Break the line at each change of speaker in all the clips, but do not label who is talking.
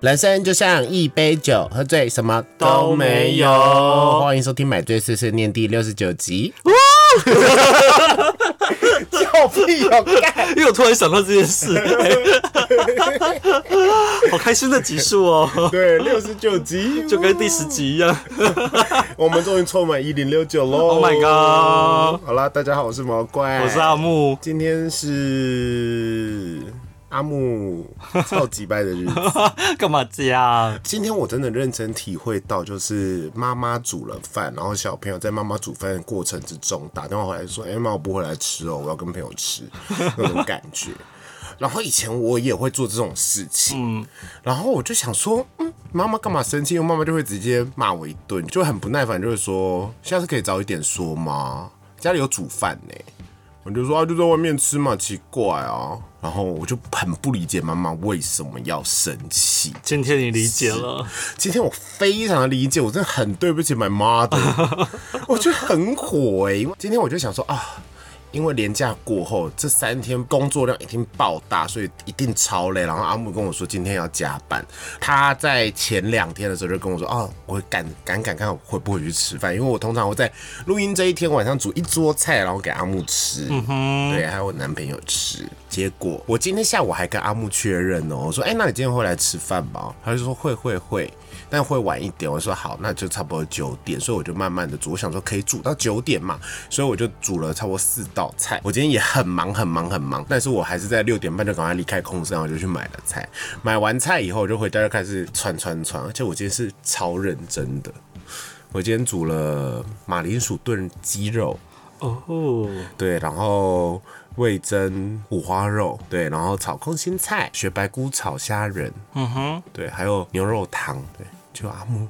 人生就像一杯酒，喝醉什么都没有。欢迎收听《买醉碎碎念》第六十九集。 笑屁哦！干
因为我突然想到这 件事，哎好开心的集数哦，
对，六十九集，
就跟第十集一样。
我们终于凑满一零六九喽
Oh my god
好啦，大家好，我是毛怪，
我是阿木，
今天是阿木超级掰的日子。
干嘛这样？
今天我真的认真体会到，就是妈妈煮了饭，然后小朋友在妈妈煮饭的过程之中打电话回来说：“哎、妈，我不回来吃哦，我要跟朋友吃。” 那种感觉。然后以前我也会做这种事情，然后我就想说，嗯，妈妈干嘛生气？因为妈妈就会直接骂我一顿，就很不耐烦，就会说：“下次可以早一点说吗？家里有煮饭呢、我就说啊，就在外面吃嘛，奇怪啊。然后我就很不理解妈妈为什么要生气。
今天你理解了，
今天我非常的理解，我真的很对不起 my mother，我觉得很火哎、因为今天我就想说啊，因为年假过后这三天工作量一定爆大，所以一定超累。然后阿木跟我说今天要加班，他在前两天的时候就跟我说啊，我赶赶赶看我会不会去吃饭，因为我通常会在录音这一天晚上煮一桌菜，然后给阿木吃。对，还有我男朋友吃。结果我今天下午还跟阿木确认哦，我说：“哎、那你今天会来吃饭吗？”他就说：“会会会，但会晚一点。”我说：“好，那就差不多九点。”所以我就慢慢的煮，我想说可以煮到九点嘛，所以我就煮了差不多四道菜。我今天也很忙很忙很忙，但是我还是在六点半就赶快离开空山，我就去买了菜。买完菜以后，我就回家就开始串串串，而且我今天是超认真的。我今天煮了马铃薯炖鸡肉，
哦，
对，然后味增五花肉，对，然后炒空心菜、雪白菇炒虾仁，嗯哼，对，还有牛肉汤，对，就阿木。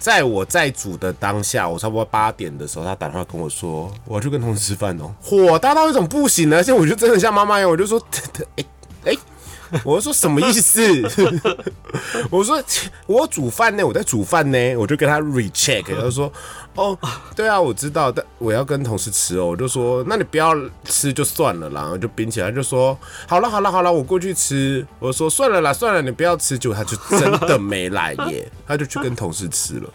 在我在煮的当下，我差不多八点的时候，他打电话跟我说，我要去跟同事吃饭哦，火大到一种不行了，而且我就真的像妈妈一样，我就说， 哎哎、我就说什么意思？我说切我有煮饭呢，我在煮饭呢，我就跟他 recheck，他就说哦，对啊，我知道，但我要跟同事吃哦，我就说那你不要吃就算了啦，我就冰起来，他就说好了好了好了，我过去吃，我说算了啦算了，你不要吃，结果他就真的没来耶，他就去跟同事吃了，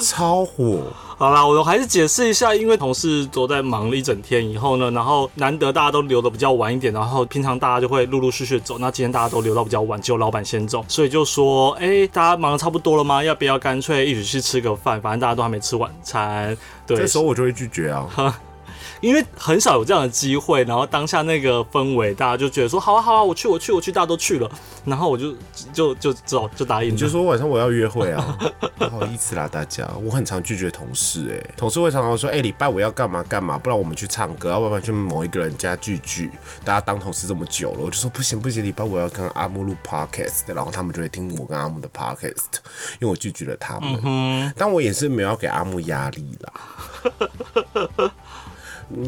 超火，
好啦，我还是解释一下，因为同事都在忙了一整天以后呢，然后难得大家都留的比较晚一点，然后平常大家就会陆陆续续地走，那今天大家都留到比较晚，只有老板先走，所以就说，哎、大家忙的差不多了吗？要不要干脆一起去吃个饭？反正大家都还没吃晚餐，对，
这时候我就会拒绝啊，
因为很少有这样的机会，然后当下那个氛围，大家就觉得说好啊好啊，我去我去我去，大家都去了，然后我就就就只好就答应
你就
了。
说晚上我要约会啊，不好意思啦，大家，我很常拒绝同事、欸，同事会常常说，哎、礼拜五要干嘛干嘛，不然我们去唱歌，要不然去某一个人家聚聚。大家当同事这么久了，我就说不行不行，礼拜五要跟阿木录 podcast，然后 他们就会听我跟阿木的 podcast，因为我拒绝了他们。但我也是没有要给阿木压力啦。嗯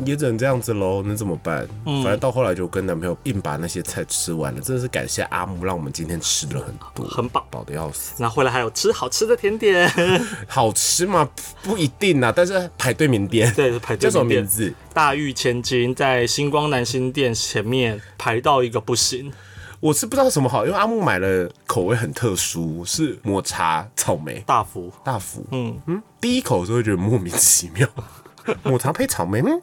也只能这样子喽，能怎么办？反正到后来就跟男朋友硬把那些菜吃完了，真的是感谢阿木，让我们今天吃了很多，
很饱
饱的要死。
然后回来还有吃好吃的甜点，
好吃吗？不不一定啊，但是排队名店，
对，排
叫
队
什么
名
名
店
字？
大玉千金在星光南新店前面排到一个不行，
我是不知道什么好，因为阿木买了口味很特殊，是抹茶草莓
大福
大福。嗯嗯，第一口的时候会觉得莫名其妙， 抹茶配草莓，嗯，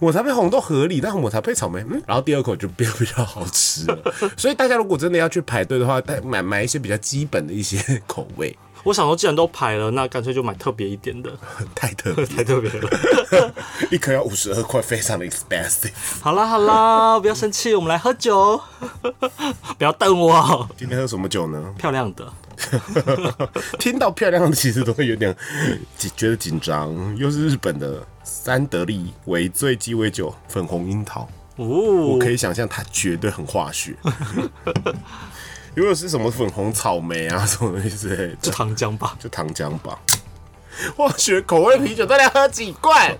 抹茶配红豆合理，但抹茶配草莓，嗯，然后第二口就变比较好吃 了。所以大家如果真的要去排队的话，带买买一些比较基本的一些口味，
我想说既然都排了，那干脆就买特别一点 的，
太特 别，
太特别了。
一颗要五十二块，非常的 expensive。
好啦好啦，不要生气，我们来喝酒，不要瞪我，
今天喝什么酒呢？
漂亮的。
听到漂亮的其实都会有点 紧觉得紧张，又是日本的三得利尾醉鸡尾酒粉红樱桃，
哦
我，可以想象它绝对很化 学。如果是什么粉红草莓啊什么意思的，
就
就
糖浆吧。
就糖浆吧。化学口味啤酒，大家喝几罐？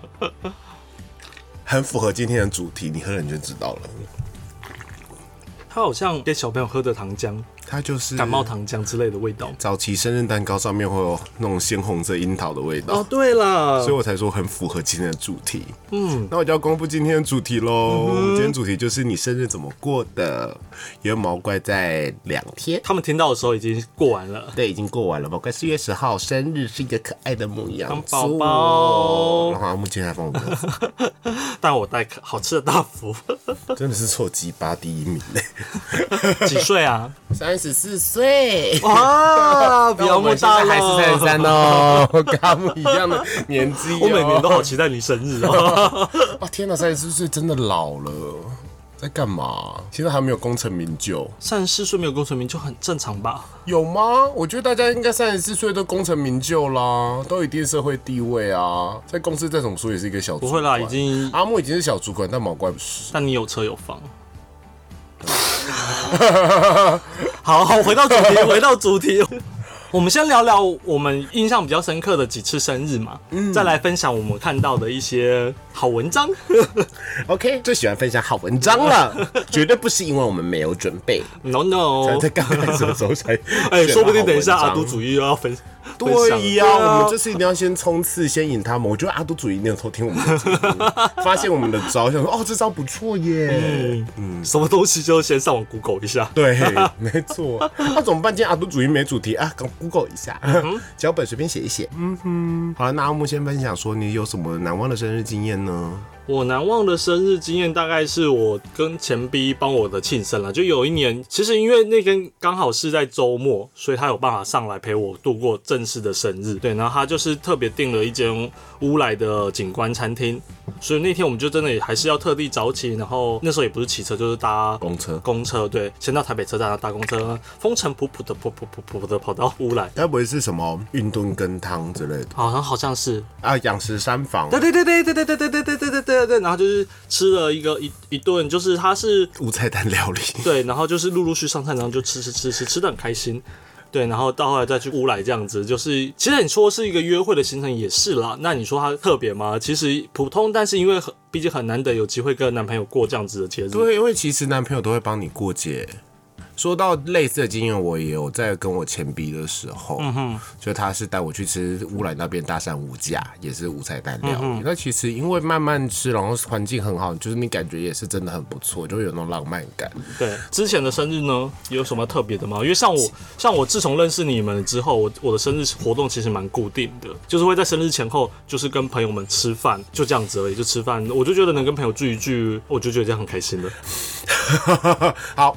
很符合今天的主题，你喝了你就知道了。
它好像给小朋友喝的糖浆，
它就是
感冒糖浆之类的味道。
早期生日蛋糕上面会有那种鲜红色樱桃的味道，
哦，对了
所以，我才说很符合今天的主题。嗯，那我就要公布今天的主题
嗯
喽。今天主题就是你生日怎么过的，因为毛怪在两天。
他们听到的时候已经过完了。
对，已经过完了。毛怪四月十号生日，是一个可爱的母羊
当宝宝
然后他目前还放我鸽子，
但我带好吃的 大福，
真的是臭鸡巴第一名嘞，
几岁 啊？
三十四岁。
哇，
那我们现在还是三十三哦，跟他们一样的年纪、
我每年都好期待你生日 哦。
啊，天哪，三十四岁真的老了，在干嘛？现在还没有功成名就，
三十四岁没有功成名就很正常吧？
有吗？我觉得大家应该三十四岁都功成名就啦，都有一定社会地位啊，在公司再怎么说也是一个小主
不
管。
会啦，已经。
阿木已经是小主管，但毛怪不是。
但你有车有 房。好好，回到主题，回到主题。我们先聊聊我们印象比较深刻的几次生日嘛，再来分享我们看到的一些好文章。
OK，最喜欢分享好文章了，绝 对不啊哦是因为我们没有准备。
no no，
在刚开始的时候才，
哎、说不定等一下阿都主义又要分
对呀、
分享了
我们这次一定要先冲刺，先赢他们。我觉得阿杜主一定有偷听我们的 节目，发现我们的招，想说哦，这招不错耶。
嗯什么东西就先上网 Google 一下。
对，没错。那怎么办？今天阿杜主义没主题啊，刚 Google 一下，脚本随便写一写。嗯哼，好了，那阿木先分享说你有什么难忘的生日经验呢？
我难忘的生日经验大概是我跟前 B 帮我的庆生了，就有一年，其实因为那天刚好是在周末，所以他有办法上来陪我度过正式的生日。对，然后他就是特别订了一间乌来的景观餐厅，所以那天我们就真的也还是要特地早起，然后那时候也不是骑车，就是搭
公车
公车，对，先到台北车站搭公车，风尘仆仆的噗噗噗噗的跑到乌来，
该不会是什么运动羹汤之类的
好像好像是
啊？养殖三房
对对对对对对对对对对对对，然后就是吃了一个一一顿，就是他是
无菜单料理。
对，然后就是陆陆续上菜，然后就吃吃吃吃吃的很开心。对，然后到后来再去乌来这样子，就是其实你说是一个约会的行程也是啦。那你说它特别吗？其实普通，但是因为很毕竟很难得有机会跟男朋友过这样子的节日，
对，因为其实男朋友都会帮你过节。说到类似的经验，我也有在跟我前逼的时候，就他是带我去吃乌来那边大山无价，也是无菜单料理。那其实因为慢慢吃，然后环境很好，就是你感觉也是真的很不错，就会有那种浪漫感。
对，之前的生日呢，有什么特别的吗？因为像我，像我自从认识你们之后，我我的生日活动其实蛮固定的，就是会在生日前后，就是跟朋友们吃饭，就这样子而已，就吃饭。我就觉得能跟朋友聚一聚，我就觉得这样很开心了。
好，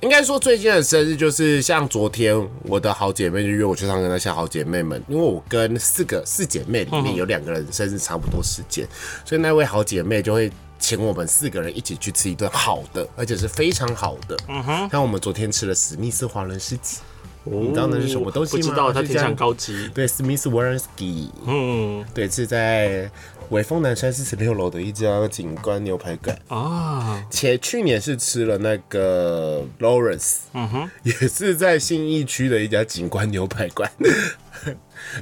应该说最近的生日就是像昨天，我的好姐妹就约我去唱歌，那些好姐妹们，因为我跟四个四姐妹里面有两个人生日差不多时间，所以那位好姐妹就会。请我们四个人一起去吃一顿好的，而且是非常好的。嗯哼，像我们昨天吃了史密斯华人世纪，你知道那是什么东西吗？
哦不知道，它
是
挺
这样
像高级。
对，史密斯沃伦斯基，
嗯
对，是在伟丰南山四十六楼的一家景观牛排馆。
啊，
且去年是吃了那个 Lawrence，嗯哼，也是在信义区的一家景观牛排馆。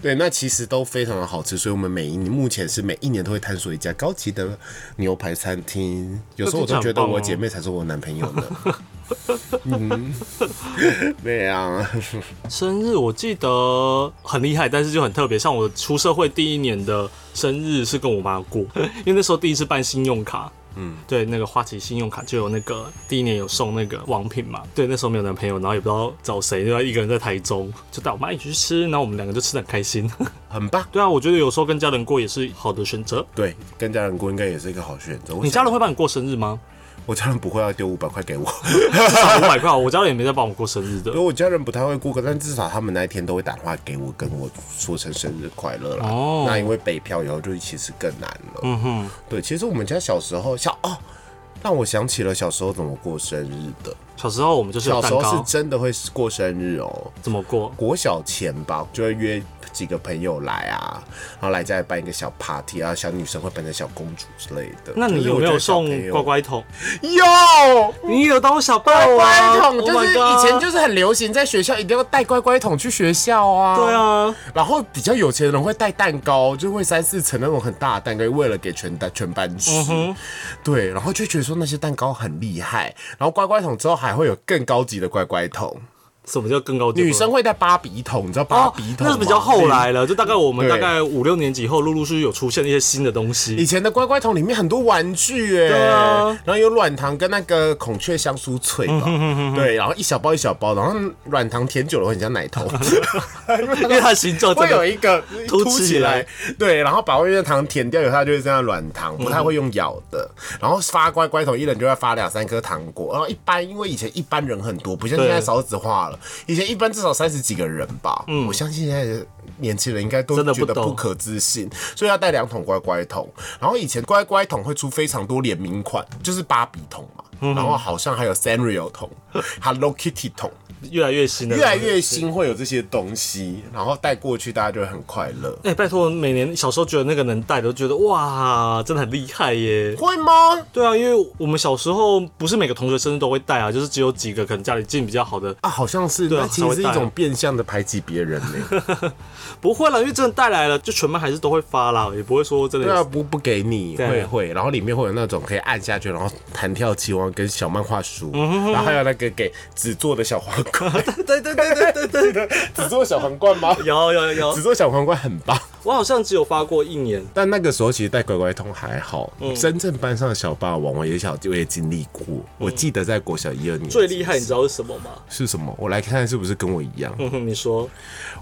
对，那其实都非常的好吃，所以我们每一目前是每一年都会探索一家高级的牛排餐厅。有时候我都觉得我姐妹才是我男朋友呢。嗯，那样，
生日我记得很厉害，但是就很特别。像我出社会第一年的生日是跟我妈过， 因为那时候第一次办信用卡。嗯，对，那个花旗信用卡就有那个第一年有送那个王品嘛，对，那时候没有男朋友，然后也不知道找谁，就要一个人在台中，就带我妈一起去吃，然后我们两个就吃的很开心。
很棒。
对啊，我觉得有时候跟家人过也是好的选择。
对，跟家人过应该也是一个好选择。我
你
想
家人会帮你过生日吗？
我家人不会要丢五百块给我，
五百块，我家人也没在帮我过生日的
因为。呃我家人不太会过，但至少他们那一天都会打电话给我，跟我说声生日快乐啦。
哦
那因为北漂以后就其实更难了。嗯哼，对，其实我们家小时候小哦，让我想起了小时候怎么过生日的。
小时候我们就是有
小
蛋
时候是
糕，
真的会过生日哦，
怎么过？
国小前吧，就会约几个朋友来啊，然后来家里办一个小 party 啊，小女生会扮成小公主之类的。
那你
就是
有
我
没
觉
有
得小
送
朋友
乖？乖桶？
有。
你有当我小抱
乖
啊？
乖桶
Oh
就
my
是以前
god
就是很流行，在学校一定要带乖乖桶去学校啊。
对，啊，
然后比较有钱的人会带蛋糕，就会三四层那种很大的蛋糕，为了给全班全班吃。
嗯
对，然后就觉得说那些蛋糕很厉害，然后乖乖桶之后还会有更高级的乖乖桶。
什么叫更高阶
女
段
生会带芭比桶，你知道芭
哦
比，桶、
那是比较后。来了，就大概我们
对
大概五六年级后，陆陆续续有出现一些新的东
以
西。
前的乖乖桶里面很多玩具哎、
对啊嗯
然后有软糖跟那个孔雀香酥脆吧，对，然后一小包一小包，然后软糖舔久了会很像奶头，
因为它形状真
会有
的，
一个
凸
凸
起
起来
来，
对，然后把外面的糖舔掉以后，它就会这样软糖，不太会用咬的。然后发乖乖桶，一人就要发两三颗糖果。然后一般因为以前一般人很多，不像
对
现在少子化了，以前一般至少三十几个人吧。
嗯
我相信现在的年轻人应该都
真的不
觉得不
懂
可置信，所以要带两桶乖乖桶。然后以前乖乖桶会出非常多联名款，就是芭比桶嘛，
嗯
然后好像还有 Sanrio 桶、Hello Kitty 桶。
越来越新的，
越来越。新会有这些东西，然后带过去，大家就会很快乐。
哎、拜托，每年小时候觉得那个能带，都觉得哇，真的很厉害耶。
会吗？
对啊，因为我们小时候不是每个同学生日都会带啊，就是只有几个可能家里进比较好的。
啊，好像是，
对啊
那其实是
稍
一
微带
种变相的排挤别人欸呢。
不会啦，因为真的带来了，就全班还是都会发啦，也不会说真 的
对啊，不不给你，
对
会会，然后里面会有那种可以按下去，然后弹跳棋王跟小漫画书，然后还有那个给纸做的小皇 冠，
对对对对对对，
纸做小皇冠吗？
有有有
纸，做小皇冠很棒，
我好像只有发过一年。
但那个时候其实带乖乖桶还好，真正班上的小霸王我也小我也经历过，我记得在国小一二年
最
级
厉害你知道是什么吗？
是什么？我来看看是不是跟我一样，
嗯哼，你说，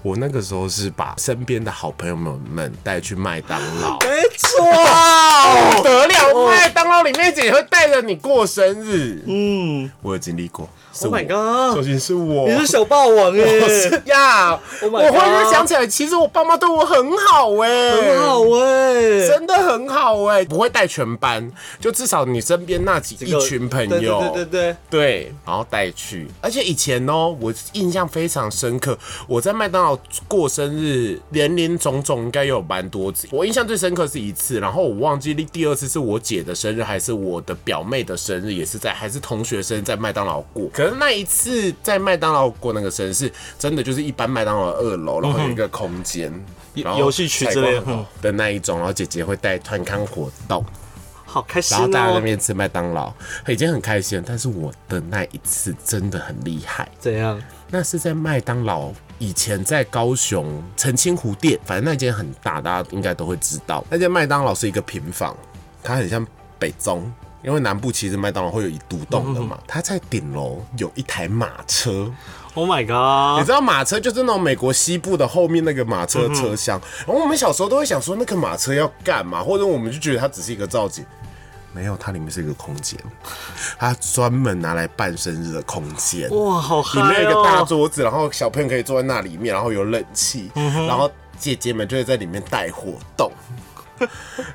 我那个时候是把身边的好朋友们带去麦当劳。
没错，
不得了，麦当劳里面姐会带着你过生日。
嗯，
我有经历过是
Oh my
我
god
首先是我，
你是小霸王 耶、
我是 呀
Oh
我
my
忽
god
然间想起来，其实我爸妈对我很好哎、
很好哎、
真的很好哎、不会带全班，就至少你身边那几一群朋
对
友，
对对对对，
对，然后带去。而且以前哦，我印象非常深刻，我在麦当劳过生日，连连总总应该有蛮多次。我印象最深刻是一次，然后我忘记第二次是我姐的生日还是我的表妹的生日，也是在还是同学生日在麦当劳过。可是那一次在麦当劳过那个生日，是真的就是一般麦当劳的二楼，然后有一个空间，然后
游戏区之类的
采光的那一种，然后姐姐会带团康活动。
好开心
然后大家在那
哦、
边吃麦当劳，已经很开心了。但是我的那一次真的很厉害，
怎样？
那是在麦当劳以前在高雄澄清湖店，反正那间很大，大家应该都会知道。那间麦当劳是一个平房，它很像北中。因为南部其实麦当劳会有一独栋的嘛，它在顶楼有一台马车，
Oh my
你
god！
知道马车就是那种美国西部的后面那个马车车厢，
嗯
然后我们小时候都会想说那个马车要干嘛，或者我们就觉得它只是一个造景，没有，它里面是一个空间，它专门拿来办生日的空间。
哇，好嗨
里
哦、
面有一个大桌子，然后小朋友可以坐在那里面，然后有冷气，
嗯
然后姐姐们就会在里面带活动。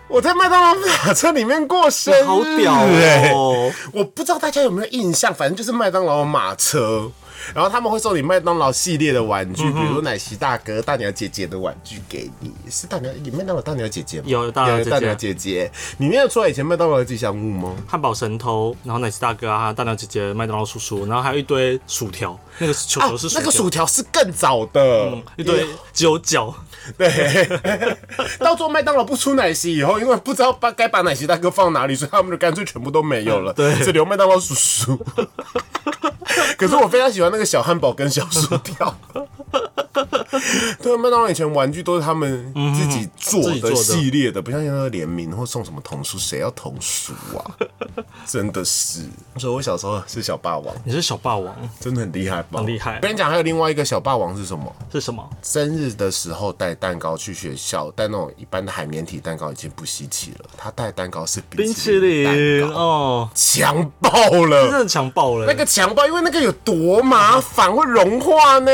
我在麦当劳马车里面过生日、
你好屌
哎
哦、
我不知道大家有没有印象，反正就是麦当劳马车，然后他们会送你麦当劳系列的玩
嗯
具，比如说奶昔大哥、大鸟姐姐的玩具给你。是大鸟，你麦当劳大鸟姐姐吗？
有有大鸟姐姐
大鸟姐姐。你念得出来以前麦当劳的吉祥物吗？
汉堡神偷，然后奶昔大哥啊，还有大鸟姐姐、麦当劳叔叔，然后还有一堆薯条，那个球球是
啊
薯条、嗯
那个薯条哎是更早的，
一堆只有脚，
对，到做麦当劳不出奶昔以后，因为不知道把该把奶昔大哥放哪里，所以他们就干脆全部都没有了，
对
只留麦当劳叔叔。可是我非常喜欢那个小汉堡跟小薯条。对，麦当劳以前玩具都是他们自己做
嗯自己做
的
的
系列的，不像现在都联名或送什么童书，谁要童书啊？真的是，所以我小时候是小霸王，
你是小霸王
真的很厉害吧？
很厉害
跟你讲，还有另外一个小霸王是什么？
是什么？
生日的时候带蛋糕去学校，带那种一般的海绵体蛋糕已经不稀奇了。他带蛋糕是冰
冰淇
淇淋
淋
蛋糕，
哦，
强爆了
真。的强爆了、欸
那个强爆，因为那个有多麻烦，会融化呢，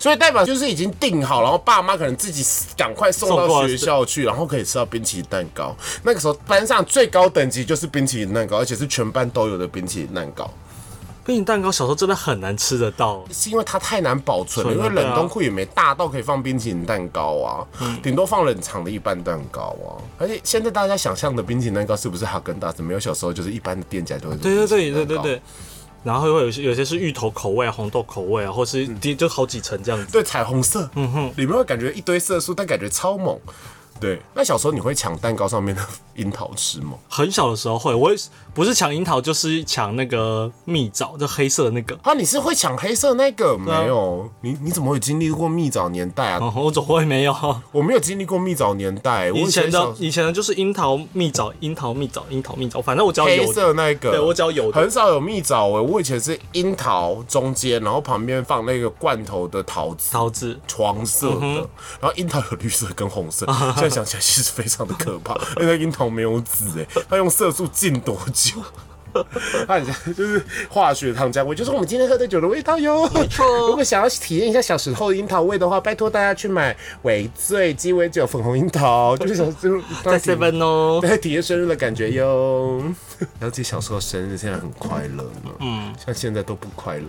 所以代表就是已经定好，然后爸妈可能自己赶快送
送过
到
来
学校去，然后可以吃到冰淇淋蛋糕。那个时候班上最高等级就是冰淇淋蛋糕，而且是全班都有的冰淇淋蛋糕。
冰淇淋蛋糕小时候真的很难吃得到，
是因为它太难保存了，因
存
为
了对啊
冷冻库也没大到可以放冰淇淋蛋糕啊，
嗯
顶、多放冷藏的一般蛋糕啊。而且现在大家想象的冰淇淋蛋糕是不是哈根达斯？没有小时候就是一般的店家就会做
对对
冰
对
淇淋
对
蛋
对
糕
对。然后会有些有些是芋头口味啊，红豆口味啊，或
嗯
是就就好几层这样子。
对彩虹色，嗯哼，里面会感觉一堆色素，但感觉超猛。对，那小时候你会抢蛋糕上面的樱桃吃吗？
很小的时候会，我也是不是抢樱桃就是抢那个蜜枣，就黑色的那个。
啊，你是会抢黑色那个？
啊
没有，你你怎么会经历过蜜枣年代啊？
哦，我总会没有。
我没有经历过蜜枣年代，我
以前的
小
以前的就是樱桃蜜枣，樱桃蜜枣，樱桃蜜枣，反正我只要
黑
哦有的
色那个，
对我只要有的
很少有蜜枣诶、我以前是樱桃中间，然后旁边放那个罐头的桃子，
桃子，嗯
黄色的，然后樱桃有绿色跟红 色，现在想起来其实非常的可怕。 那个樱桃没有籽诶、它用色素浸多 久？它很像就是化学糖浆味，就是我们今天喝的酒的味道哟。没
错
如果想要体验一下小时候的樱桃味的话，拜托大家去买尾醉鸡尾酒粉红樱桃，就是 想就是
在 seven 哦。
对，体验生日的感觉 哟。然后自己小时候生日现在很快乐呢，嗯，像现在都不快乐。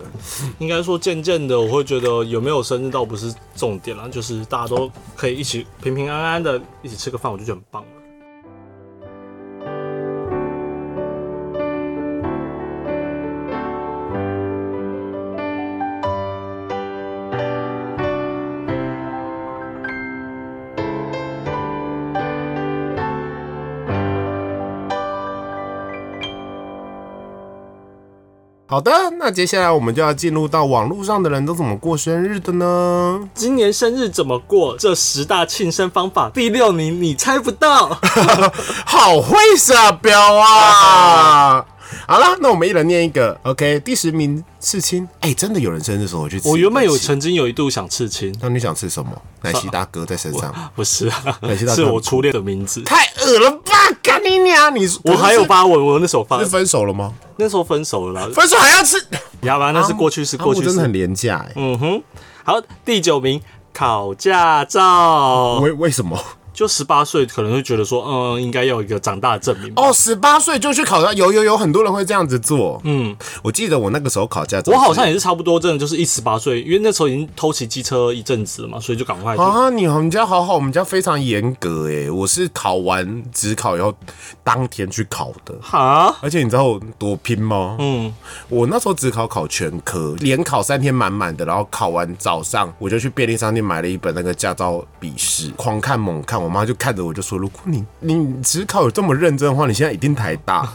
应该说，渐渐的，我会觉得有没有生日倒不是重点啦，就是大家都可以一起平平安安的一起吃个饭，我就觉得很棒了。
好的，那接下来我们就要进入到网络上的人都怎么过生日的 呢？
今年生日怎么过？这十大庆生方法第六名，你猜不到。
好会下标 啊！好啦，那我们一人念一个。OK，第十名刺青，哎、真的有人生日的时候我去吃。
我原本有
吃，
曾经有一度想刺青，
那你想吃什么？奶昔大哥在身上，
不是啊
可惜，他
是我初恋的名字。
太恶了吧！干你娘！你
我还有？发文，我那时候发
是，分手了吗？
那时候分手了啦。
分手还要吃？
要不然那是过去式，过
啊
去
我真的
式。
很廉价哎、
嗯哼，好，第九名考驾照，
为为什么？
就十八岁可能会觉得说，嗯，应该要有一个长大的证明吧。
哦，十八岁就去考驾，有有有很多人会这样子做。嗯，我记得我那个时候考驾照是，
我好像也是差不多，真的就是一十八岁，因为那时候已经偷骑机车一阵子了嘛，所以就赶快就。
啊，你我们家好好，我们家非常严格诶，我是考完职考以后当天去考的。
哈，
而且你知道我多拼吗？嗯，我那时候只考考全科，连考三天满满的，然后考完早上我就去便利商店买了一本那个驾照笔试，狂看猛看。我妈就看着我就说：“如果你你只考有这么认真的话，你现在一定台 大。”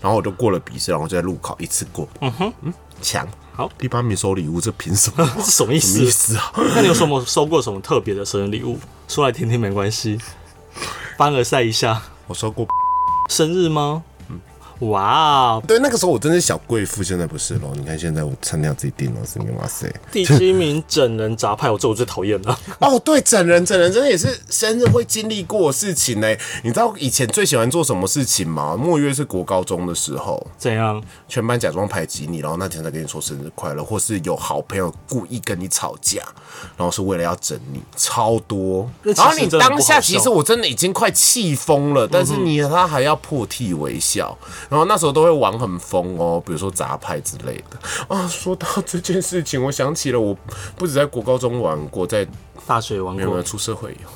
然后我就过了笔试，然后就在路考一次过。嗯哼，强。
好，
第八名收礼物，这凭什 么？
这是什么意
什么意
思？
思啊？
那你有什么收过什么特别的生日礼物？说来听听没关系，凡尔赛一下。
我收过。
生日吗？哇，
对，那个时候我真是小贵妇，现在不是咯。你看现在我称量自己定了，是哇塞。
第七名整人杂派，我这我最讨厌了。
哦，对，整人整人真的也是生日会经历过的事情呢。你知道以前最喜欢做什么事情吗？莫约是国高中的时候，
怎样？
全班假装排挤你，然后那天才跟你说生日快乐，或是有好朋友故意跟你吵架，然后是为了要整你，超多。
那其
然
实
后你当
真的不
下
好笑嗯
其实我真的已经快气疯了，但是你他还要破涕为笑，然后那时候都会玩很疯哦，比如说杂牌之类的。啊，说到这件事情，我想起了我不止在国高中玩过，在
大学玩
没有没有
过，
出社会以后，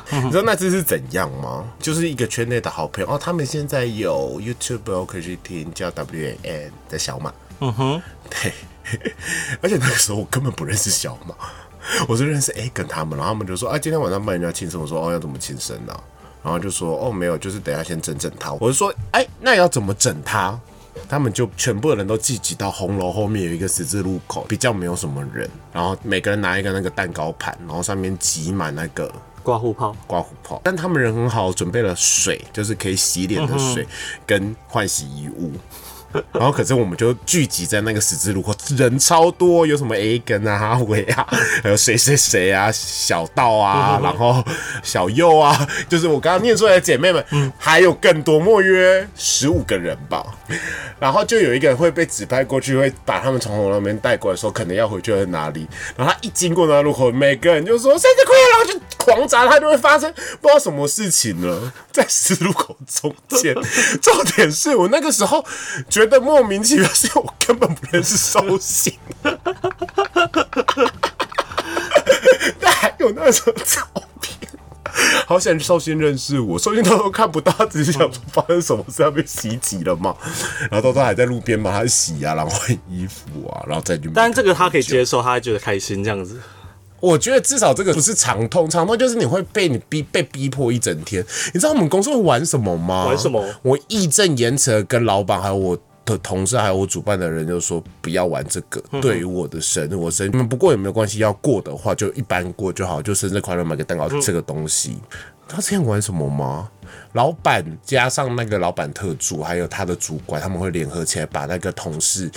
你知道那次是怎样吗？就是一个圈内的好朋友哦，他们现在有 YouTube 可以去听叫 WN 的小马，
嗯哼，
对， 而且那个时候我根本不认识小马， 我就认识 A 跟他们，然后他们就说啊，今天晚上帮人家庆生，我说哦要怎么庆生呢、然后就说哦没有，就是等一下先整整他，我就说哎那要怎么整他？他们就全部的人都聚集到红楼后面有一个十字路口，比较没有什么人，然后每个人拿一个那个蛋糕盘，然后上面挤满那个
刮胡泡。
刮胡泡，但他们人很好，准备了水，就是可以洗脸的水跟换洗衣物。然后可是我们就聚集在那个十字路口，人超多，有什么 A 根啊、哈维啊，还有谁谁谁啊、小道啊，然后小右啊，就是我刚刚念出来的姐妹们，还有更多，莫约十五个人吧。然后就有一个人会被指派过去，会把他们从我那边带过来的时候，可能要回去的哪里。然后他一经过那路口，每个人就说生日快乐，然后就狂砸他，就会发生不知道什么事情了， 在十字路口中间。重点是我那个时候觉得莫名其妙，是因为我根本不认识收信。 但还有那张照片。好想寿星认识我，寿星他都看不到，他只是想说发生什么事，他被袭击了嘛。然后到时候还在路边帮他洗啊，然后换衣服啊，然后再去。
但这个他可以接受，他还觉得开心这样子。
我觉得至少这个不是长痛，长痛就是你会被你逼被逼迫一整天。你知道我们公司会玩什么吗？
玩什么
我义正言辞的跟老板还有我。的同事还有我主办的人就说不要玩这个，对于我的生日，我生日不过也没有关系，要过的话就一般过就好，就生日快乐买个蛋糕这个东西。他之前玩什么吗？老板加上那个老板特助，还有他的主管，他们会联合起来把那个同事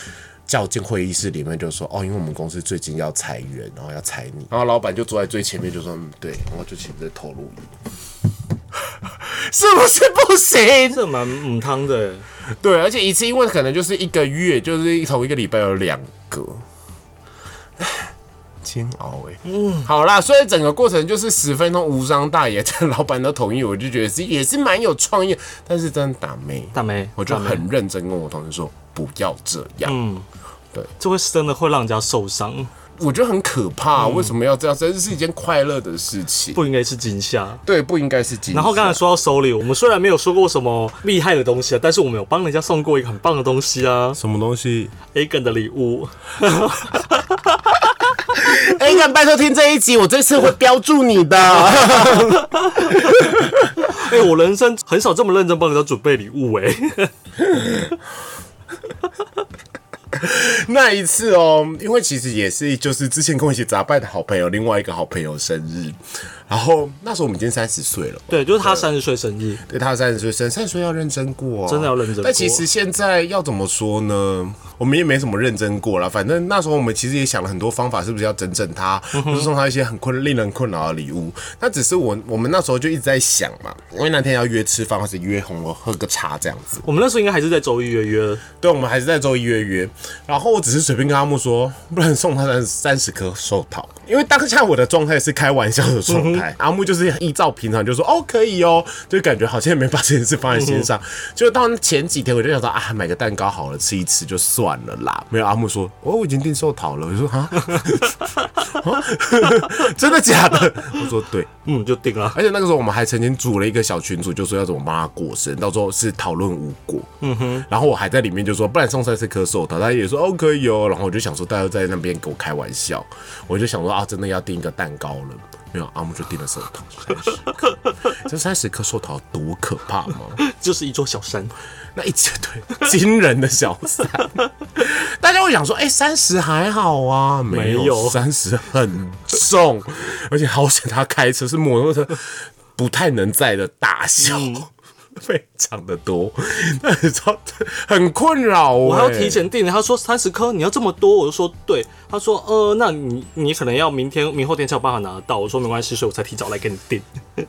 叫进会议室里面，就说哦，因为我们公司最近要裁员，然后要裁你，然后老板就坐在最前面，就说嗯，对，我就请这投入你， 是不是不行？
这蛮母汤的欸，
对，而且一次因为可能就是一个月，就是同一个礼拜有两个，煎熬哎、嗯，好啦，所以整个过程就是十分钟无伤大雅， 这老板都同意，我就觉得是也是蛮有创意，但是真的打妹，
大梅，
我就
大梅
很认真跟我同事说不要这样，
嗯这会是真的会让人家受伤，
我觉得很可怕，啊为什么要这样？真是一件快乐的事情，
嗯不应该是惊吓。
对，不应该是禁忌。
然后刚才说到收礼，我们虽然没有说过什么厉害的东西啊，但是我们有帮人家送过一个很棒的东西啊
什么东西？
，A 梗的礼物。
哎、敢拜托听这一集，我这次会标注你 的。
哎、我人生很少这么认真帮人家准备礼物哎、
那一次哦，因为其实也是就是之前跟我一起杂拜的好朋友，另外一个好朋友生日，然后那时候我们已经三十岁了，
对，就是他三十岁生日，
对他三十岁生，三十岁要认真过、啊，
真的要认真过
但其实现在要怎么说呢？我们也没什么认真过啦，反正那时候我们其实也想了很多方法，是不是要整整他，
嗯
或是送他一些很困令人困扰的礼物？那只是我我们那时候就一直在想嘛，因为那天要约吃饭，或是约红楼喝个茶这样子。
我们那时候应该还是在周一约约，
对，我们还是在周一约约。然后我只是随便跟阿木说，不然送他三三十颗寿桃，因为当下我的状态是开玩笑的状态。阿木就是依照平常就说哦可以哦，就感觉好像也没把这件事放在心上。就到前几天我就想说啊，买个蛋糕好了，吃一吃就算了啦。没有阿木说，哦我已经订寿桃了，我就说啊，啊 真的假的？我说对。
嗯，就定了。
而且那个时候我们还曾经组了一个小群组，就说要怎么帮他过生，到时候是讨论无果。嗯哼，然后我还在里面就说，不然送三十颗寿桃，他也说哦可以哦。然后我就想说，大家在那边跟我开玩笑，我就想说啊，真的要订一个蛋糕了。没有，阿木就订了寿桃三十颗， 这三十颗寿桃多可怕吗？
就是一座小山，
那一直对惊人的小三， 大家会想说，哎、三十还好啊，没
没有
三十很重，而且好险他开车是摩托车，不太能载的大小。
嗯
非常的多，那你知道很困扰、欸、
我还要提前订。他说三十颗，你要这么多，我就说对。他说呃，那你你可能要明天、明后天才有办法拿得到。我说没关系，所以我才提早来给你订。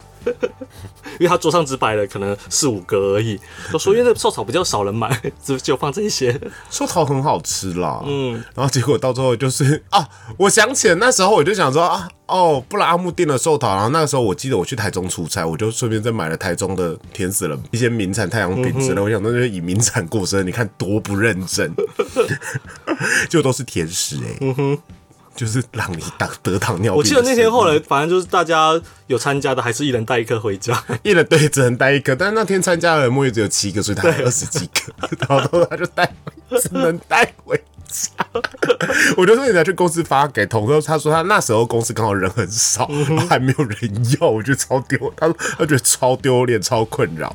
因为他桌上只摆了可能四五个而已，我说因为那寿草比较少人买，只只有放这一些。
寿桃很好吃啦，嗯，然后结果到最后就是 啊，我想起了那时候我就想说啊，哦，布拉阿木订了寿桃，然后那个时候我记得我去台中出差，我就顺便再买了台中的甜死了一些名产太阳饼
嗯
之类，我想那就是以名产过生，你看多不认 真，就都是甜食哎、嗯哼，就是让你当得糖尿病。
我记得那天后来，反正就是大家有参加的，还是一人带一颗回家。
一人对只能带一颗，但是那天参加的人莫也只有七个，所以他还二十几个， 然后他就带回，只能带回家。 我就说你拿去公司发给同事，他说他那时候公司刚好人很少，然后还没有人要，我觉得超丢，他说他觉得超丢脸、超困扰。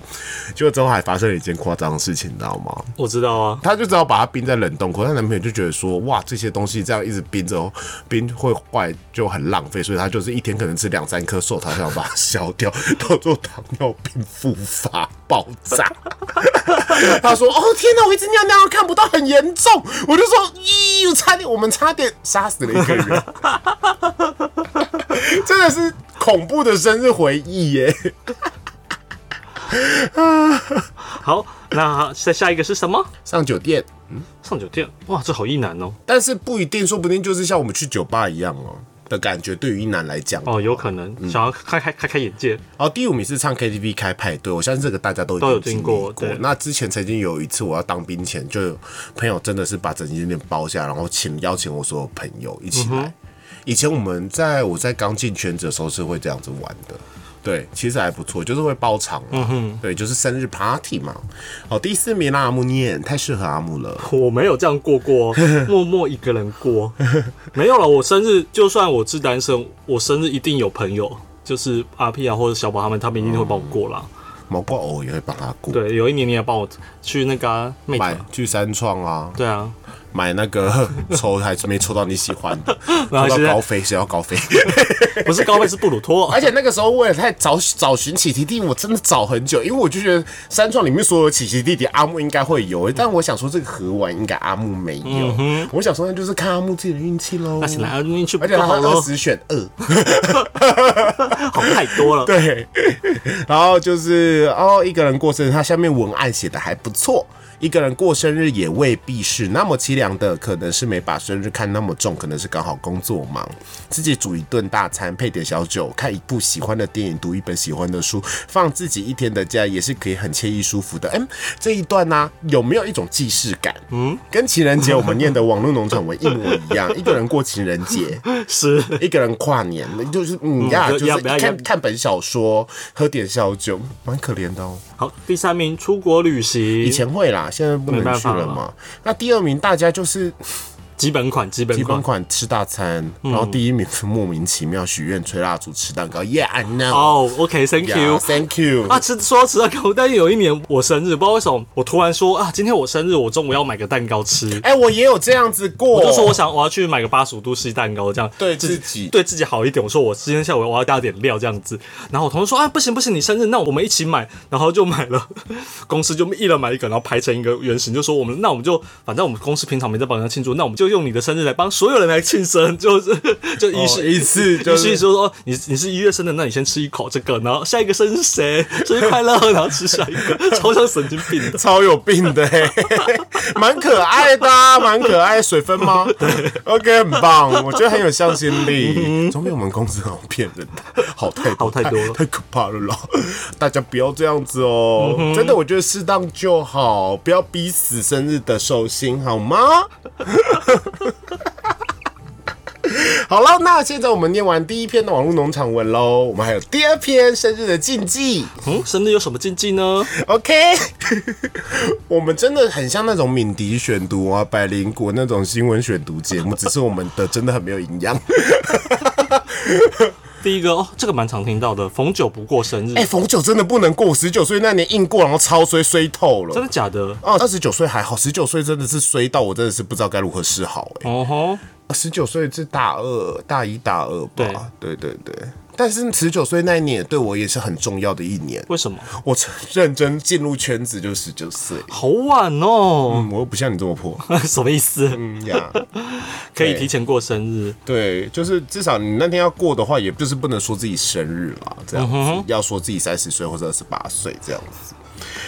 结果之后还发生了一件夸张的事情，你知道吗？
我知道啊，
她就只好把它冰在冷冻库。她男朋友就觉得说，哇，这些东西这样一直冰着，冰会坏就很浪费，所以她就是一天可能吃两三颗寿桃，想把它消掉，到最后糖尿病复发爆炸。她说，哦天哪，我一直尿尿看不到，很严重。我就说，咦，差点我们差点杀死了一个 人，真的是恐怖的生日回忆耶。
好，那再下一个是什么？
上酒店。
上酒店，哇，这好意难哦。
但是不一定，说不定就是像我们去酒吧一样哦的感觉。对于一男来讲，
哦，有可能想要开开开开眼界，
然后第五名是唱 KTV 开派对，我相信这个大家都
都有
经历
听过
过
对。
那之前曾经有一次我要当兵前，就有朋友真的是把整间店包下，然后请邀请我所有
嗯
朋友一起来。以前我们在我在刚进圈子的时候是会这样子玩的，对，其实还不错，就是会包场嘛，
嗯
对，就是生日 party 嘛。好，第四名啦，阿木念太适合阿木了。
我没有这样 过过，哦默默一个人过，没有了。我生日就算我是单身，我生日一定有朋友，就是阿 P 啊或者小宝他们，他们一定会帮我过啦。
毛怪偶也会帮他顾，
对，有一年你也帮我去那个啊妹
买
子，
去三创啊，
对啊，
买那个 抽还没抽到你喜欢的，
然后
抽
现
到
在
高飞，谁要高 飞？
不是高飞是布鲁 托，
而且那个时候为了太找找寻起奇地，我真的找很久，因为我就觉得三创里面所有起奇地点阿木应该会有，但我想说这个河玩应该阿木没有，我想说那就是看阿木自己的运气喽。
嗯那是来运去不
而且他
好
二
咯，
十选二，
好太多了。
对， 然后就是哦，一个人过生日，他下面文案写的还不错。一个人过生日也未必是那么凄凉的，可能是没把生日看那么重，可能是刚好工作忙，自己煮一顿大餐，配点小酒，看一部喜欢的电影，读一本喜欢的书，放自己一天的假，也是可以很惬意舒服的。嗯，这一段呢、有没有一种既视感？嗯，跟情人节我们念的网络农场文一模一样，一个人过情人节，
是，
一个人跨年，就是嗯呀，就
就
是
要不要
看
要
看本小说，喝点小酒，蛮可怜的哦。
好，第三名出国旅
以
行，
前会啦，现在不
没
能
办
去
法
了
了
嘛。那第二名大家就是
基本款，基本
基本
款。
款吃大餐，
嗯
然后第一名是莫名其妙许愿吹蜡烛吃蛋糕，Yeah I know，
哦，OK，Thank you。
，Thank you
啊，。吃说到吃蛋糕，但有一年我生日，不知道为什么，我突然说啊，今天我生日，我中午要买个蛋糕吃。
哎，我也有这样子过，
我就说我想我要去买个八十五度 C 蛋糕，这样
哦对自己
对自己好一点。我说我今天下午我要加点料这样子，然后我同事说啊不行不行，你生日那我们一起买，然后就买了，公司就一人买一个，然后排成一个圆形，就说我们那我们就反正我们公司平常没在帮人家庆祝，那我们就用你的生日来帮所有人来庆生，就是 就一
哦
是
一次就
一
是
是说哦你你是一月生的，那你先吃一口这个，然后下一个生日 谁生日快乐，然后吃下一个，超像神经病 的。
超有病的、欸， 蛮可爱的、啊，蛮可爱。水分吗？对，OK，很棒，我觉得很有向心力。总比我们公司好骗人的，好太多，
好太多了
太可怕了啦！大家不要这样子哦，真的，我觉得适当就好，不要逼死生日的寿星，好吗？ 好了，那现在我们念完第一篇的网络农场文喽，我们还有第二篇生日的禁忌。
嗯，生日有什么禁忌呢？
OK，我们真的很像那种敏迪选读啊、百灵果那种新闻选读节目，只是我们的真的很没有营养。
第一个哦，这个蛮常听到的，逢九不过生 日。
哎、冯九真的不能过，十九岁那年硬过，然后超衰衰透
真
了。
的假的？
哦，二十九岁还好，十九岁真的是衰到我真的是不知道该如何是好、哎。
哦吼，
十九岁是大二、大一、大二吧？对对对。但是十九岁那一年对我也是很重要的一年，
为什么？
我认真进入圈子就十九岁。
好晚哦，
嗯，我又不像你这么破。
什么意思？
嗯呀。
可以提前过生日，
对，就是至少你那天要过的话，也就是不能说自己生日啦，这样子、
嗯
要说自己三十岁或者二十八岁这样子。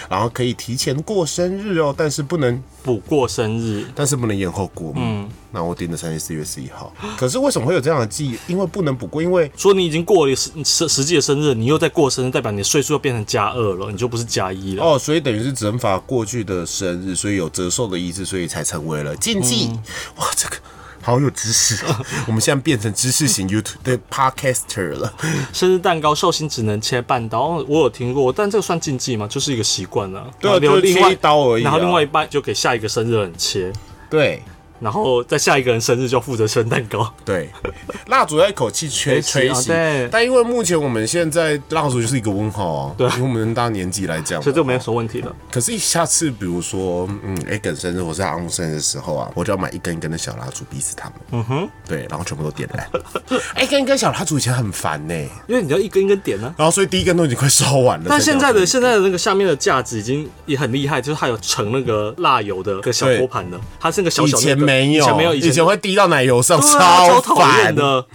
然后可以提前过生日哦，但是不能，
不过生日，
但是不能延后过。嗯，那我定的三天四月十一号。可是为什么会有这样的记忆？因为不能补过，因为
说你已经过了实实实际的生日，你又在过生日，代表你的岁数又变成加二了，你就不是加一了。
哦，所以等于是整法过去的生日，所以有折寿的意思，所以才成为了禁忌。
嗯
哇，这个好有知识 哦，我们现在变成知识型 YouTube 的 Podcaster 了。
生日蛋糕寿星只能切半刀，哦我有听过，但这个算禁忌吗？就是一个习惯了。
对啊
然后留
就是
另外
切一刀而已啊
然后另外一半就给下一个生日的人切，
对，
然后在下一个人生日就负责生蛋糕。
对， 蜡烛要一口气吹
吹
吹
熄
熄
啊对。
但因为目前我们现在蜡烛就是一个问号啊，
对
以我们大年纪来讲，
所以这个没有什么问题了。
可是下次比如说，嗯，哎，梗生日或是阿木生日的时候啊，我就要买一根一根的小蜡烛逼死他们。嗯哼，对，然后全部都点燃。 哎，一根一根小蜡烛以前很烦呢、
因为你要一根一根点呢、啊
然后所以第一根都已经快烧完了。
但现
才
在的
点
现在的那个下面的架子已经也很厉害，就是它有盛那个蜡油的一个小
对
托盘的，它是那个小
以
小、那个、
前没有，
以前没有，
以前
会
会滴到奶油上，
超讨厌
烦。
的。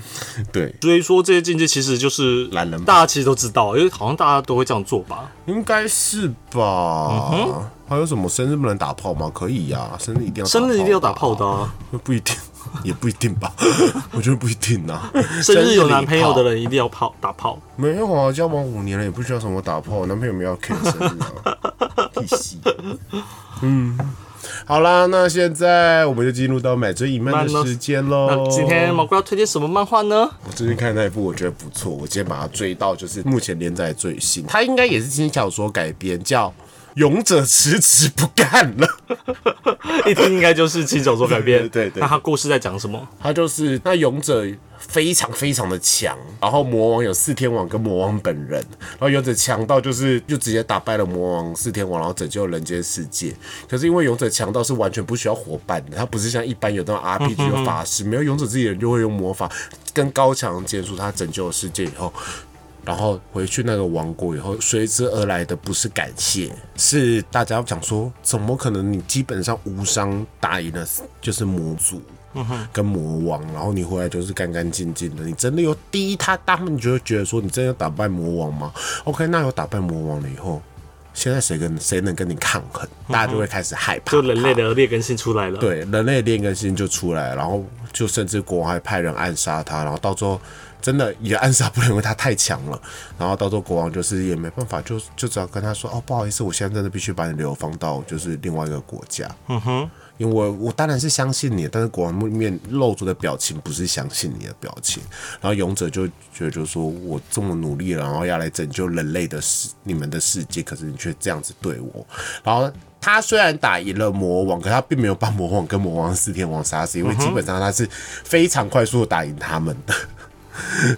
对，
所以说这些禁忌其实就是
懒人包
大家其实都知道，因为好像大家都会这样做吧。
应该是吧。还有什么生日不能打炮吗？可以呀、啊生日一定要
生日一定要打
吧
炮的、啊，
不一定， 也不一定吧， 我觉得不一定呐、
生日有男朋友的
人
人一定要泡打炮。
没有啊？交往五年了，也不需要什 么打炮，男朋友没有要 care 生日啊，屁事。嗯，好啦，那现在我们就进入到买醉一漫
慢
的
了
时间
那
喽。
今天毛哥要推荐什么漫画呢？
我最近看那一部，我觉得不错，我今天把它追到，就是目前连载最新，它应该也是轻小说改编，叫《勇者迟迟不干了》。
一听应该就是轻小说改编。
对对对
那他故事在讲什么？
他就是那勇者非常非常的强，然后魔王有四天王跟魔王本人，然后勇者强到就是就直接打败了魔王四天王，然后拯救人间世界。可是因为勇者强到是完全不需要伙伴的，他不是像一般有那种 RPG 有法师，没有勇者自己人就会用魔法跟高强结束他拯救了世界以后。然后回去那个王国以后，随之而来的不是感谢，是大家讲说，怎么可能你基本上无伤打赢了就是魔族跟魔王，然后你回来就是干干净净的，你真的有第一他他们就会觉得说你真的有打败魔王吗？OK，那有打败魔王了以后，现在谁跟谁能跟你抗衡？大家就会开始害怕，
就人类的劣根性出来了。，
对，人类的劣根性就出来，然后就甚至国王还派人暗杀他，然后到最后真的也暗杀不了，因为他太强了。然后到最后国王就是也没办法，就就只好跟他说：“哦，不好意思，我现在真的必须把你流放到就是另外一个国家。”嗯哼，因为我我当然是相信你，但是国王面露出的表情不是相信你的表情。然后勇者就觉得就说：“我这么努力了，然后要来拯救人类的世你们的世界，可是你却这样子对我。”然后他虽然打赢了魔王，可他并没有把魔王跟魔王四天王杀死，因为基本上他是非常快速的打赢他们的。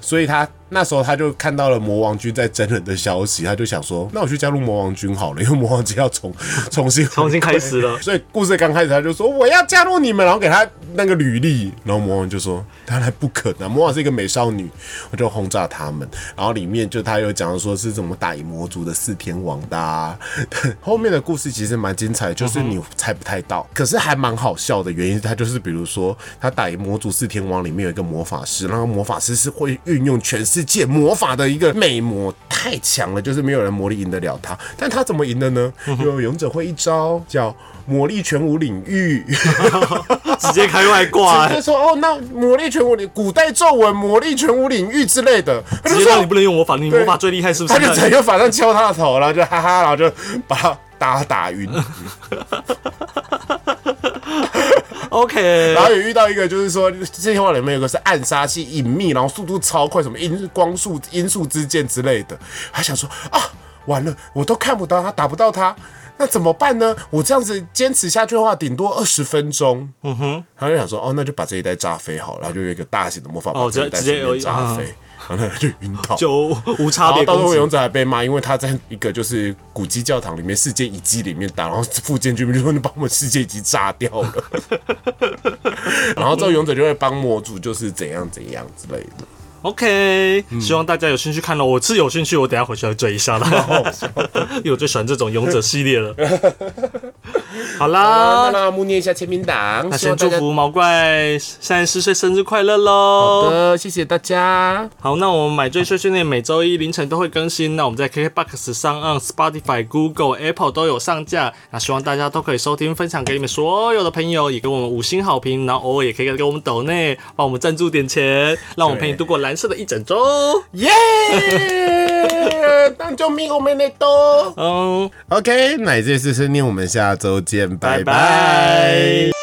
所以他那时候他就看到了魔王军在真人的消息，他就想说，那我去加入魔王军好了，因为魔王军要重 重新。
重新开始了
所以故事刚开始他就说我要加入你们，然后给他那个履历，然后魔王就说当然不可能，魔王是一个美少女，我就轰炸他们。然后里面就他有讲到说是怎么打赢魔族的四天王的、啊，后面的故事其实蛮精彩，就是你猜不太到，可是还蛮好笑的原因，他就是比如说他打赢魔族四天王里面有一个魔法师，然后魔法师是会运用全世界魔法的一个美魔，太强了，就是没有人魔力赢得了他。但他怎么赢的呢？
嗯
因为勇者会一招叫魔力全无领域。
直接开外 挂、
就
欸，
说哦，那魔力全无领，古代咒文魔力全无领域之类的，他就
直接
说
让你不能用魔法，你魔法最厉害是不
他就整
是？
个反正敲他的头，然后就哈哈，然后就把他打打晕。
OK，
然后也遇到一个，就是说这些话里面有个是暗杀系隐秘，然后速度超快，什么音光速、音速之剑之类的，还想说啊，完了，我都看不到他，打不到他。那怎么办呢？我这样子坚持下去的话，顶多二十分钟。嗯哼，他就想说，哦，那就把这一袋炸飞好了，然后就有一个大型的魔法把
哦
这一袋
直接
顺便
直接有
炸
啊
飞，然后他就晕倒。
就无差
然后
别
到时
攻
候
击。
勇者还被骂，因为他在一个就是古迹教堂里面世界遗迹里面打，然后附件居民就说你把我们世界遗迹炸掉了， 然后之后勇者就会帮魔主就是怎样怎样之类的。
OK，、
嗯
希望大家有兴趣看了，我是有兴趣，我等一下回去要追一下
哦
啦， 因为我最喜欢这种勇者系列了。好
啊，
啦，
那木念一下签名档，
那
希望大
先祝
家
福毛怪三十四岁生日快乐喽！
好的，呃谢谢大家，
好，那我们买醉碎碎念每周一凌晨都会更新，那我们在 KKBOX 上、岸、Spotify、Google、Apple 都有上架，那希望大家都可以收听，分享给你们所有的朋友，也给我们五星好评，然后偶尔也可以给我们抖内，帮我们赞助点钱，让我们陪你度过蓝色的一整周。
耶！当救命，我们得多。
嗯，
OK，奶这次是念，我们下周见，
拜
拜拜
拜。